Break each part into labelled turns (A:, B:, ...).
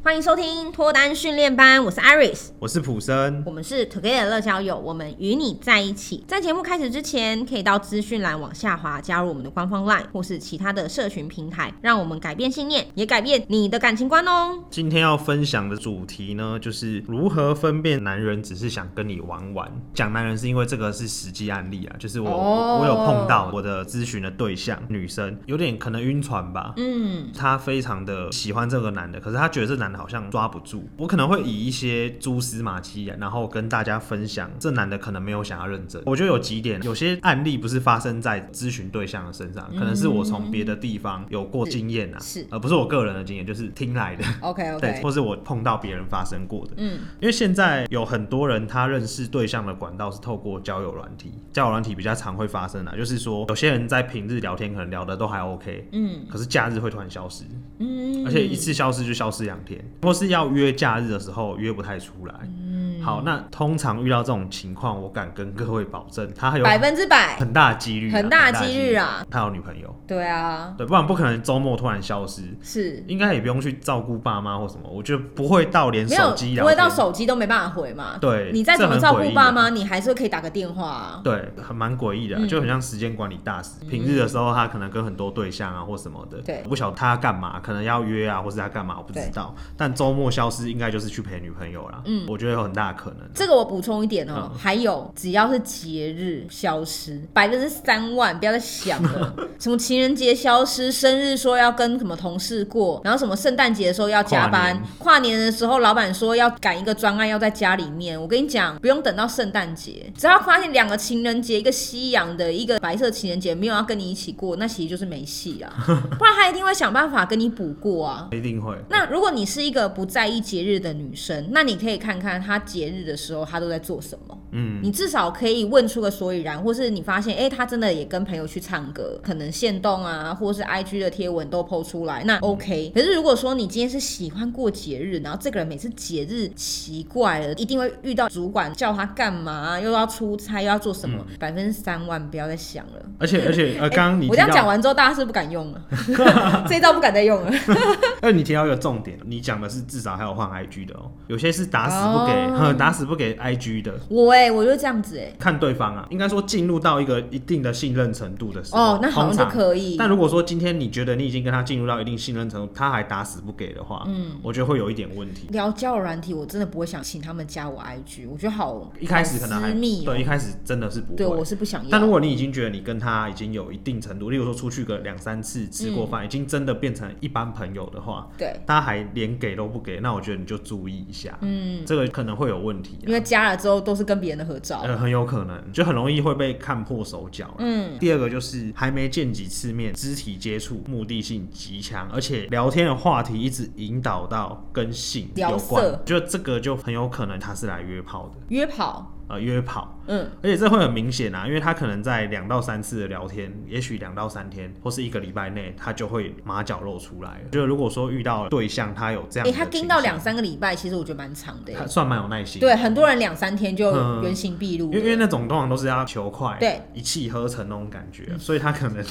A: 欢迎收听脱单训练班，我是 Iris。
B: 我是普生，
A: 我们是 Together 乐交友，我们与你在一起。在节目开始之前，可以到资讯栏往下滑，加入我们的官方 LINE 或是其他的社群平台，让我们改变信念，也改变你的感情观哦。
B: 今天要分享的主题呢，就是如何分辨男人只是想跟你玩玩。讲男人是因为这个是实际案例啊，就是我、
A: 哦
B: 我有碰到我的咨询的对象，女生有点可能晕船吧。
A: 嗯，
B: 她非常的喜欢这个男的，可是她觉得这男的好像抓不住。我可能会以一些蛛丝马迹，然后跟大家分享，这男的可能没有想要认真。我觉得有几点，有些案例不是发生在咨询对象的身上，可能是我从别的地方有过经验啊，
A: 是
B: 而不是我个人的经验，就是听来的。
A: OK
B: 对，或是我碰到别人发生过的，
A: 嗯，
B: 因为现在有很多人他认识对象的管道是透过交友软体，交友软体比较常会发生啊，就是说有些人在平日聊天可能聊的都还 OK，
A: 嗯
B: 可是假日会突然消失，
A: 嗯
B: 而且一次消失就消失两天，或是要约假日的时候约不太出来。嗯，好，那通常遇到这种情况，我敢跟各位保证，他还有
A: 分之百，
B: 很大的几率啊、
A: 很大的几率啊
B: 很大的几，他有女朋友，
A: 对啊，
B: 对，不然不可能周末突然消失。
A: 是
B: 应该也不用去照顾爸妈或什么，我觉得不会到连手机聊天
A: 机都没办法回嘛
B: 对这很诡异啊
A: 妈，你还是可以打个电话啊。
B: 对，很蛮诡异的啊、
A: 嗯
B: 就很像时间管理大师。平日的时候，他可能跟很多对象啊或什么的，
A: 对
B: 我不晓得他干嘛，可能要约啊，或是他干嘛，我不知
A: 对
B: 道。但周末消失，应该就是去陪女朋友啦。嗯，我觉得有很大的可能。
A: 这个我补充一点哦、还有只要是节日消失，百分之三万，不要再想 了。什么情人节消失，生日说要跟什么同事过，然后什么圣诞节的时候要加班，跨年的时候老板说要赶一个专案要在家里面。我跟你讲，不用等到圣诞节，只要发现两个情人节，一个西洋的，一个白色情人节没有要跟你一起过，那其实就是没戏 啊，不然他一定会想办法跟你补过啊。
B: 一定会。
A: 那如果你是一个不在意节日的女生，那你可以看看她节日的时候她都在做什么。
B: 嗯，
A: 你至少可以问出个所以然，或是你发现，哎、她真的也跟朋友去唱歌，可能线动啊，或是 IG 的贴文都 PO 出来，那 OK。可是如果说你今天是喜欢过节日，然后这个人每次节日奇怪了，一定会遇到主管叫他干嘛，又要出差，又要做什么，百分之三万不要再想了。
B: 而 且而且呃，刚刚你
A: 哎我
B: 提
A: 这样讲
B: 到，
A: 完之后，大家是不是不敢用了， 这一招不敢再用了。
B: 呃，你提到一个重点，你讲的是至少还有换 IG 的哦，有些是打死不给，
A: 哦
B: 哼， 打死不给 IG 的。
A: 我哎、我就这样子哎、
B: 看对方啊，应该说进入到一个一定的信任程度的时候，
A: 哦，那好
B: 通
A: 像
B: 常
A: 就可以。
B: 但如果说今天你觉得你已经跟他进入到一定信任程度，他还打死不给的话，嗯，我觉得会有一点问题。
A: 聊交友软体，我真的不会想请他们加我 IG，我觉得好
B: 一开始可能
A: 好
B: 还
A: 私密哦、
B: 对，一开始真的是不
A: 对我啊
B: 会。
A: 是不想要。
B: 但如果你已经觉得你跟他已经有一定程度，例如说出去个两三次吃过
A: 嗯
B: 饭，已经真的变成一般朋友的话，
A: 对，
B: 他还连给都不给，那我觉得你就注意一下，
A: 嗯，
B: 这个可能会有问题、
A: 因
B: 啊。
A: 为加了之后都是跟别人的合照，
B: 呃，很有可能就很容易会被看破手脚啊、
A: 嗯，
B: 第二个就是还没见几次面，肢体接触目的性极强，而且聊天的话题一直引导到跟性
A: 聊
B: 有
A: 色
B: 关，就这个就很有可能他是来约炮的，
A: 约跑，
B: 呃，约炮。
A: 嗯，
B: 而且这会很明显啊，因为他可能在两到三次的聊天，也许两到三天或是一个礼拜内，他就会马脚露出来了。就是如果说遇到对象他有这
A: 哎、
B: 样的倾
A: 他
B: 向，
A: 盯到两三个礼拜，其实我觉得蛮长的
B: 他
A: 耶。
B: 算蛮有耐心的。
A: 对，很多人两三天就
B: 嗯
A: 原形毕露
B: 因为因为
A: 了，
B: 那种通常都是要求快，
A: 对，
B: 一气呵成那种感觉，所以他可能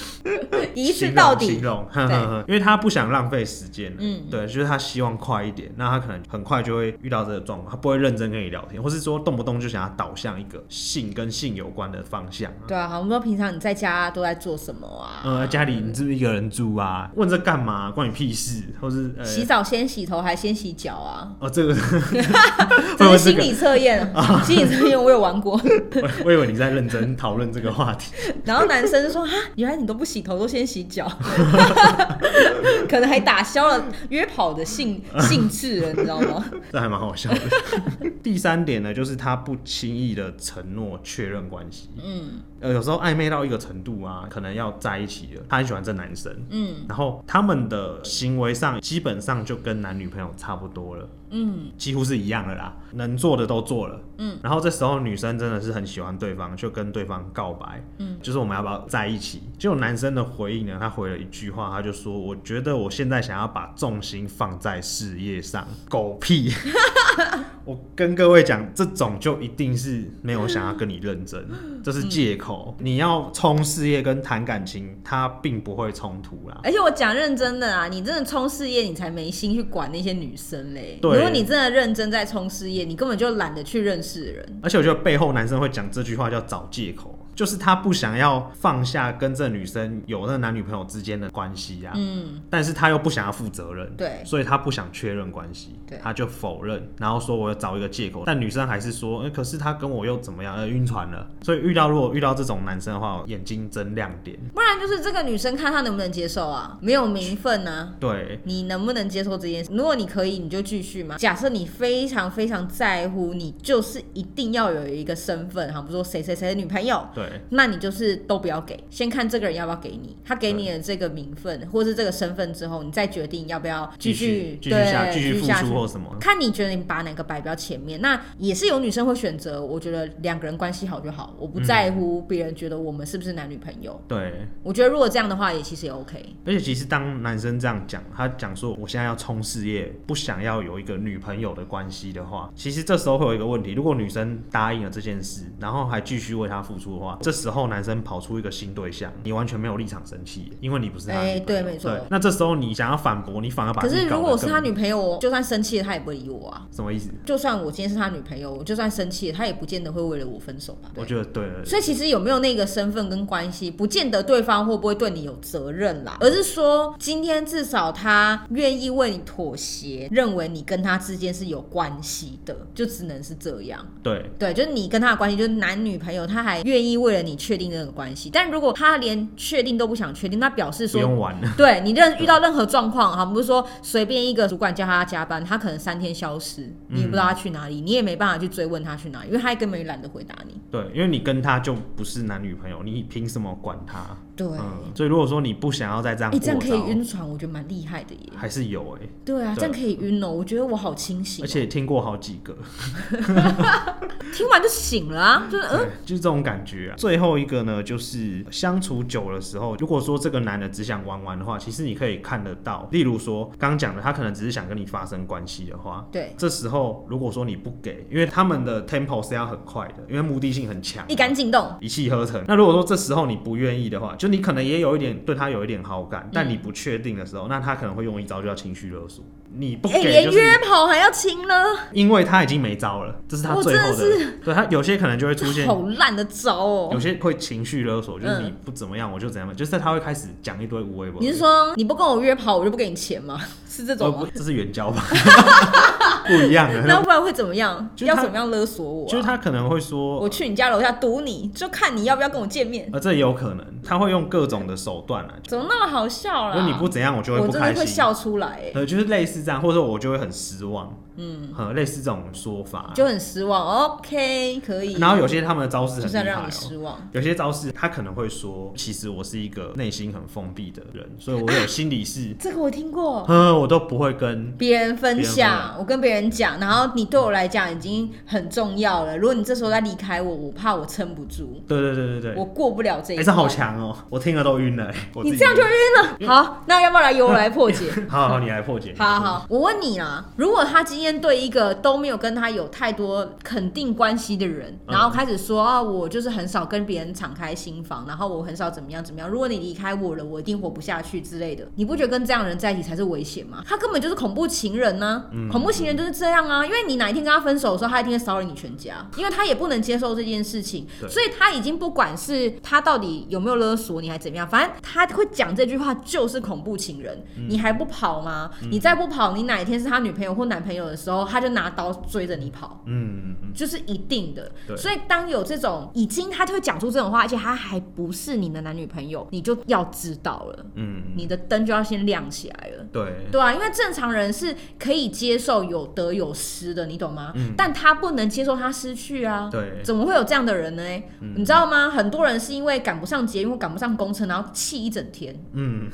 A: 一次到
B: 形
A: 底。
B: 容，形容呵呵呵 因为他不想浪费时间，
A: 嗯
B: 嗯，对，就是他希望快一点，那他可能很快就会遇到这个状况，他不会认真跟你聊天，或是说动不动就想要导向一个性跟性有关的方向啊。
A: 对啊，好，我们说平常你在家都在做什么啊？
B: 呃，家里你是不是一个人住啊？问这干嘛？关你屁事？或是呃，
A: 洗澡先洗头还先洗脚啊？
B: 哦， 这个 嗯会不
A: 这
B: 会
A: 是
B: 这
A: 心
B: 个？
A: 理测验， 心理测验我有玩过。
B: 我我以为你在认真讨论这个话题。
A: 然后男生就说：“啊，原来你都不洗头，都先洗脚， 可能还打消了约跑的兴兴致了，你知道吗
B: 这还蛮好笑的。 第三点呢，就是他不轻易的承诺确认关系。嗯，呃，有时候暧昧到一个程度啊，可能要在一起了，他很喜欢这
A: 嗯
B: 男生，嗯，然后他们的行为上基本上就跟男女朋友差不多了。？”
A: 嗯，
B: 几乎是一样的啦，能做的都做了，
A: 嗯，
B: 然后这时候女生真的是很喜欢对方，就跟对方告白，
A: 嗯，
B: 就是我们要不要在一起？结果男生的回应呢，他回了一句话，他就说：“我觉得我现在想要把重心放在事业上。”狗 屁！我跟各位讲，这种就一定是没有想要跟你 认真，这是借口。
A: 嗯
B: 你要冲事业跟谈感情，它并不会冲突啦。
A: 而且我讲认真的啊，你真的冲事业，你才没心去管那些女生嘞。
B: 对
A: 如果你真的认真在冲事业，你根本就懒得去认识人。
B: 而且我觉得背后男生会讲这句话叫找借口，就是他不想要放下跟这女生有那男女朋友之间的关系啊，
A: 嗯，
B: 但是他又不想要负责任，
A: 对
B: 所以他不想确认关系
A: 对，
B: 他就否认，然后说我要找一个借口，但女生还是说，呃可是他跟我又怎么样，呃，晕船了，所以遇到如果遇到这种男生的话，我眼睛睁亮点，
A: 不然就是这个女生看她能不能接受啊，没有名分啊。
B: 对，
A: 你能不能接受这件事？如果你可以，你就继续嘛。假设你非常非常在乎，你就是一定要有一个身份，好，比如说谁谁谁的女朋友，
B: 对，
A: 那你就是都不要给，先看这个人要不要给你，他给你的这个名分或是这个身份之后，你再决定要不要继续
B: 继续下
A: 对
B: 继
A: 继
B: 续付
A: 下去
B: 出或什么，
A: 看你觉得你把哪个摆比较前面，那也是有女生会选择。我觉得两个人关系好就好，我不在乎
B: 嗯
A: 别人觉得我们是不是男女朋友。
B: 对。
A: 我觉得如果这样的话，也其实也 OK。
B: 而且其实当男生这样讲，他讲说我现在要冲事业，不想要有一个女朋友的关系的话，其实这时候会有一个问题：如果女生答应了这件事，然后还继续为他付出的话，这时候男生跑出一个新对象，你完全没有立场生气，因为你不是他的女朋友。
A: 哎对没错
B: 那这时候你想要反驳，你反而把
A: 可
B: 自己
A: 是
B: 搞
A: 如
B: 得
A: 果我是
B: 更
A: 他女朋友，我就算生气了，他也不会理我啊。
B: 什么意思？
A: 就算我今天是他女朋友，我就算生气了，他也不见得会为了我分手吧？
B: 我
A: 对。
B: 觉得对了。
A: 所以其实有没有那个身份跟关系，不见得对方会不会对你有责任啦，而是说今天至少他愿意为你妥协，认为你跟他之间是有关系的，就只能是这样。
B: 对，
A: 对，就是你跟他的关系，就是男女朋友，他还愿意为了你确定这个关系。但如果他连确定都不想确定，那表示
B: 不
A: 说，
B: 用玩了。
A: 对你任遇到任何状况哈，不是说随便一个主管叫他加班，他可能三天消失，你也不知道他去哪里，你也没办法去追问他去哪里，因为他根本也懒得回答你。
B: 对，因为你跟他就不是男女朋友，你凭什么管他？
A: 对，哎、
B: 嗯，所以如果说你不想要再这样过
A: 这样可以
B: 招，
A: 晕船，我觉得蛮厉害的耶。
B: 还是有哎、
A: 对啊，这
B: 对
A: 样可以晕哦、我觉得我好清醒哦、
B: 而且听过好几个，
A: 听完就醒了啊，就是嗯，
B: 就是这种感觉、啊。最后一个呢，就是相处久的时候，如果说这个男的只想玩玩的话，其实你可以看得到，例如说刚讲的，他可能只是想跟你发生关系的话。
A: 对，
B: 这时候，如果说你不给，因为他们的 tempo 是要很快的，因为目的性很强，
A: 一杆进洞，
B: 一气呵成。那如果说这时候你不愿意的话，就你可能也有一点对他有一点好感，但你不确定的时候，那他可能会用一招就叫情绪勒索。你不
A: 哎、
B: 给
A: 连
B: 就是
A: 约跑还要亲了，
B: 因为他已经没招了，这是他
A: 我
B: 最
A: 真的
B: 后的。对他有些可能就会出现
A: 好烂的招哦、
B: 有些会情绪勒索，就是
A: 嗯
B: 你不怎么样，我就怎样，就是他会开始讲一堆无谓不。
A: 你是说你不跟我约跑，我就不给你钱吗？ 是这
B: 呃
A: 种
B: 不
A: 吗？
B: 这是援 交吧？不一样的，
A: 那不啊然会怎么样？
B: 就是
A: 要
B: 他
A: 怎么样勒索我、啊？
B: 就是他可能会说，
A: 我去你家楼下堵你，就看你要不要跟我见面。
B: 呃，这也有可能，他会用各种的手段啊，
A: 怎么那么好笑
B: 就
A: 啦？
B: 是你不怎样，我就会
A: 我
B: 不
A: 真
B: 开
A: 的会
B: 心。
A: 笑出来、欸，
B: 呃，就是类似这样，或者我就会很失望，嗯，呃，类似这种说法。
A: 就很失望。OK，可以。
B: 然后有些他们的招式
A: 就是
B: 很
A: 要
B: 厉害
A: 让
B: 哦
A: 你，失望。
B: 有些招式他可能会说，其实我是一个内心很封闭的人，所以我有心理 是，
A: 这个我听过，
B: 呃，我都不会跟
A: 别人分
B: 别人分
A: 享，我跟别人讲，然后你对我来讲已经很重要了。如果你这时候再离开我，我怕我撑不住，
B: 对对对对对，
A: 我过不了这一
B: 哎、
A: 关。
B: 这好强哦、我听了都晕了、欸。我自
A: 你
B: 己
A: 这样就晕了。好，那要不要来由我来破解？
B: 好好，你来破解。
A: 好好，好，我问你啊，如果他今天对一个都没有跟他有太多肯定关系的人，
B: 嗯
A: 然后开始说啊，我就是很少跟别人敞开心房，然后我很少怎么样怎么样，如果你离开我了，我一定活不下去之类的，你不觉得跟这样的人在一起才是危险吗？他根本就是恐怖情人呢、
B: 嗯
A: 恐怖情人就是这样啊，因为你哪一天跟他分手的时候，他一定会骚扰你全家，因为他也不能接受这件事情，
B: 对
A: 所以他已经不管是他到底有没有勒索你，还怎么样，反正他会讲这句话就是恐怖情人，
B: 嗯
A: 你还不跑吗？你再不跑，你哪一天是他女朋友或男朋友的时候，他就拿刀追着你跑。
B: 嗯，嗯嗯，
A: 就是一定的，
B: 对
A: 所以当有这种已经他就会讲出这种话，而且他还不是你的男女朋友，你就要知道了，
B: 嗯嗯，
A: 你的灯就要先亮起来了。
B: 对
A: 对啊，因为正常人是可以接受有得有失的，你懂吗？但他不能接受他失去啊。
B: 对
A: 怎么会有这样的人呢？你知道吗？很多人是因为赶不上捷运或赶不上公车，然后气一整天。
B: 嗯，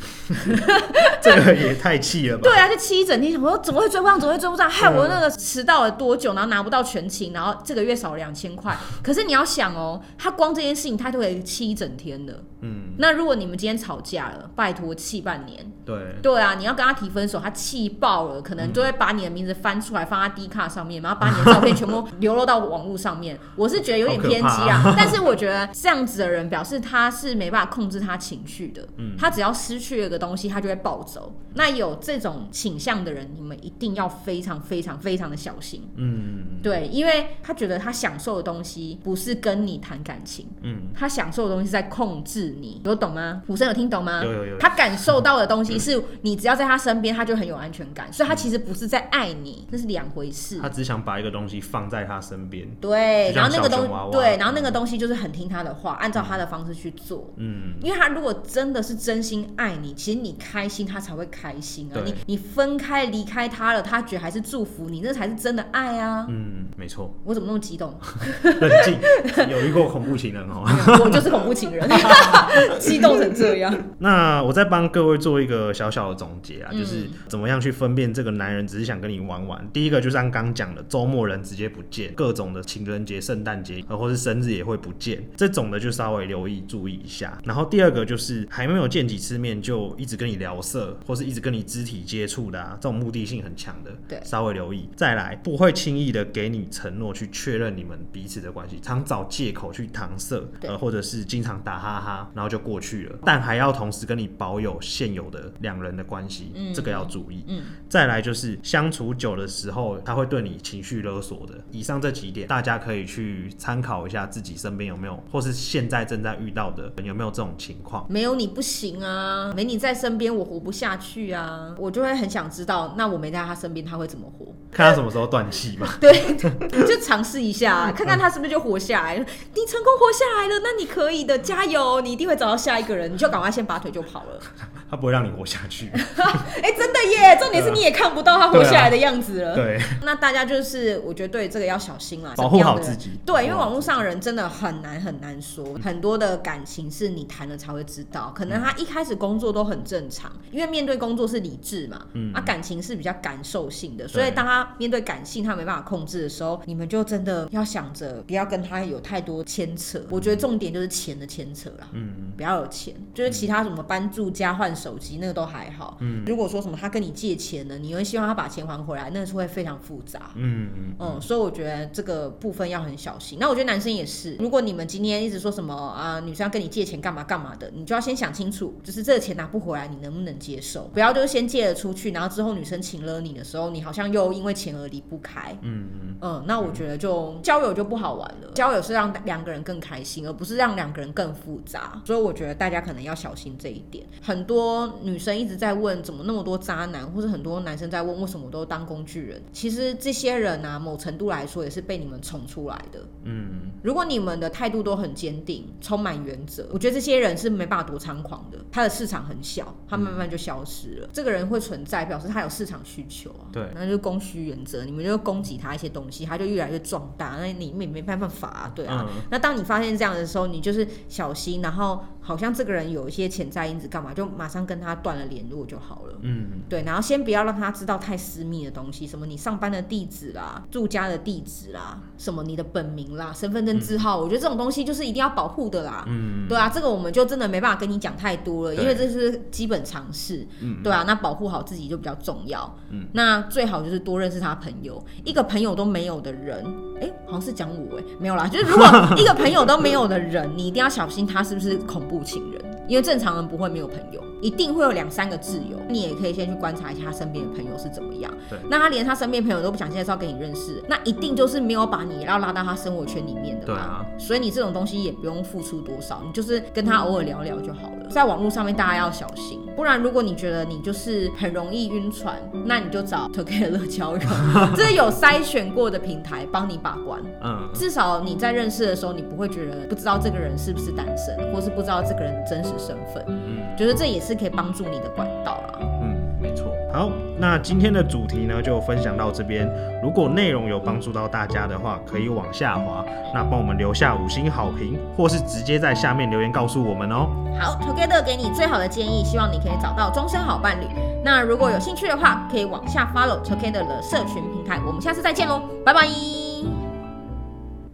B: 这个也太气了吧？
A: 对啊，就气一整天，想说怎么会追不上，怎么会追不上？害我那个迟到了多久，然后拿不到全勤，然后这个月少了两千块。可是你要想哦，他光这件事情他就可以气一整天的。
B: 嗯，
A: 那如果你们今天吵架了，拜托气半年。
B: 对，
A: 对啊，你要跟他提分手，他气爆了，可能就会把你的名字翻出来放在 D 卡上面，然后把你的照片全部流露到网络上面。我是觉得有点偏激啊，
B: 好可
A: 但是我觉得这样子的人表示他是没办法控制他情绪的，
B: 嗯
A: 他只要失去了一个东西，他就会暴走。那有这种倾向的人，你们一定要非常非常非常的小心。
B: 嗯，
A: 对，因为他觉得他享受的东西不是跟你谈感情，
B: 嗯，
A: 他享受的东西是在控制你，有懂吗？虎生有听懂吗？
B: 有有嗯有
A: 他感受到的东西是你只要在他身边，他就很有安全感，所以他其实不是在爱你，那是两回事
B: 嗯他。只想把一个东西放在他身边，
A: 对，
B: 就像
A: 然后那个
B: 小
A: 东
B: 熊娃娃
A: 对，然后那个东西就是很听他的话，按照他的方式去做。
B: 嗯，
A: 因为他如果真的是真心爱你，其实你开心他才会开心啊。
B: 对
A: 你你分开离开他了，他觉得还是祝福你，那才是真的爱啊。
B: 嗯，没 错，
A: 我怎么那么激 动？
B: 冷静，有遇过恐怖情人哦。
A: 我就是恐怖情人， 激动成这样。
B: 那我再帮各位做一个小小的总结啊，
A: 嗯
B: 就是怎么样去分辨这个男人只是想跟你玩玩。第一个就是按刚刚讲的，周末人直接不见，各种的情人节、圣诞节，呃或是生日也会不见，这种的就稍微留意注意一下。然后第二个就是还没有见几次面就一直跟你聊色，或是一直跟你肢体接触的啊，这种目的性很强的，
A: 对
B: 稍微留意。再来，不会轻易的给你承诺去确认你们彼此的关系，常找借口去搪塞，
A: 对
B: 呃，或者是经常打哈哈，然后就过去了。但还要同时跟你保有现有的两人的关系，
A: 嗯
B: 这个要注意。
A: 嗯，
B: 再来就是相处久的时候，他会对你情绪勒索的。以上这几点，大家可以去参考一下自己身边有没有，或是现在正在遇到的有没有这种情况。
A: 没有你不行啊，没你在身边我活不下去啊，我就会很想知道，那我没在他身边他会怎么活？
B: 看他什么时候断气吧。
A: 对， 就尝试一下，看看他是不是就活下来了。你成功活下来了，那你可以的，加油！你一定会找到下一个人，你就赶快先拔腿就跑了。
B: 他不会让你活下 去。
A: 哎、真的耶！重点是你也看不到他活下来的样子了。
B: 对，啊
A: 那大家就是，我觉得对这个要小心啦，
B: 保护好
A: 什么样的人
B: 自己嗯保护好
A: 对，因为网络上的人真的很难很难说，很多的感情是你谈了才会知道。可能
B: 嗯
A: 他一开始工作都很正常，因为面对工作是理智嘛，
B: 嗯
A: 啊，感情是比较感受性的，所以当他面对感性他没办法控制的时候，你们就真的要想着不要跟他有太多牵扯。我觉得重点就是钱的牵扯啦。
B: 嗯，
A: 不要有钱，就是其他什么搬住家、换手机那个都还好。嗯，如果说什么他跟你借钱了，你会希望他把钱还回来，那是会非常复杂。
B: 嗯，
A: 嗯，所以我觉得这个部分要很小心。那我觉得男生也是，如果你们今天一直说什么啊、女生要跟你借钱干嘛干嘛的，你就要先想清楚，就是这个钱拿不回来，你能不能接受？不要就是先借了出去，然后之后女生请了你的时候，你好像又因为钱而离不开。
B: 嗯，
A: 嗯，那我觉得就交友就不好玩了。交友是让两个人更开心，而不是让两个人更复杂。所以我觉得大家可能要小心这一点。很多女生一直在问怎么那么多渣男，或者很多男生在问为什么我都当工具人。其实这些人啊，某程度来说也是被你们宠出来的。
B: 嗯，
A: 如果你们的态度都很坚定，充满原则，我觉得这些人是没办法多猖狂的。他的市场很小，他慢慢就消失了。这个人会存在，表示他有市场需求啊。
B: 对
A: 那就是供需原则，你们就供给他一些东西，他就越来越壮大。那你没没办法、啊，对啊。
B: 嗯
A: 那当你发现这样的时候，你就是小心，然后好像这个人有一些潜在因子，干嘛就马上跟他断了联络就好了。
B: 嗯，
A: 对，然后先不要让他知道太私密的东西，什么你上班的地址啦、住家的地址啦、什么你的本名啦、身份证字号，我觉得这种东西就是一定要保护的啦。
B: 嗯，
A: 对啊，这个我们就真的没办法跟你讲太多了，因为
B: 对
A: 这是基本常识。
B: 嗯
A: 对啊，那保护好自己就比较重要。
B: 嗯，
A: 那最好就是多认识他朋友。一个朋友都没有的人，哎、好像是讲我哎、没有啦，就是如果一个朋友都没有的人，你一定要小心他是不是恐怖情人，因为正常人不会没有朋友，一定会有两三个挚友。你也可以先去观察一下他身边的朋友是怎么样。
B: 对
A: 那他连他身边朋友都不想介绍给你认识，那一定就是没有把你要拉到他生活圈里面的嘛。
B: 对啊
A: 所以你这种东西也不用付出多少，你就是跟他偶尔聊聊就好了。在网络上面大家要小心，不然如果你觉得你就是很容易晕船，那你就找 Together 交友，这是有筛选过的平台帮你把关。
B: 嗯，
A: 至少你在认识的时候，你不会觉得不知道这个人是不是单身，或是不知道这个人的真实身份，
B: 嗯，
A: 觉得这也是可以帮助你的管道啦。
B: 嗯，没错。好，那今天的主题呢就分享到这边。如果内容有帮助到大家的话，可以往下滑，那帮我们留下五星好评，或是直接在下面留言告诉我们哦、
A: 好，Together 给你最好的建议，希望你可以找到终身好伴侣。那如果有兴趣的话，可以往下 follow Together 的社群平台。我们下次再见喽，拜拜。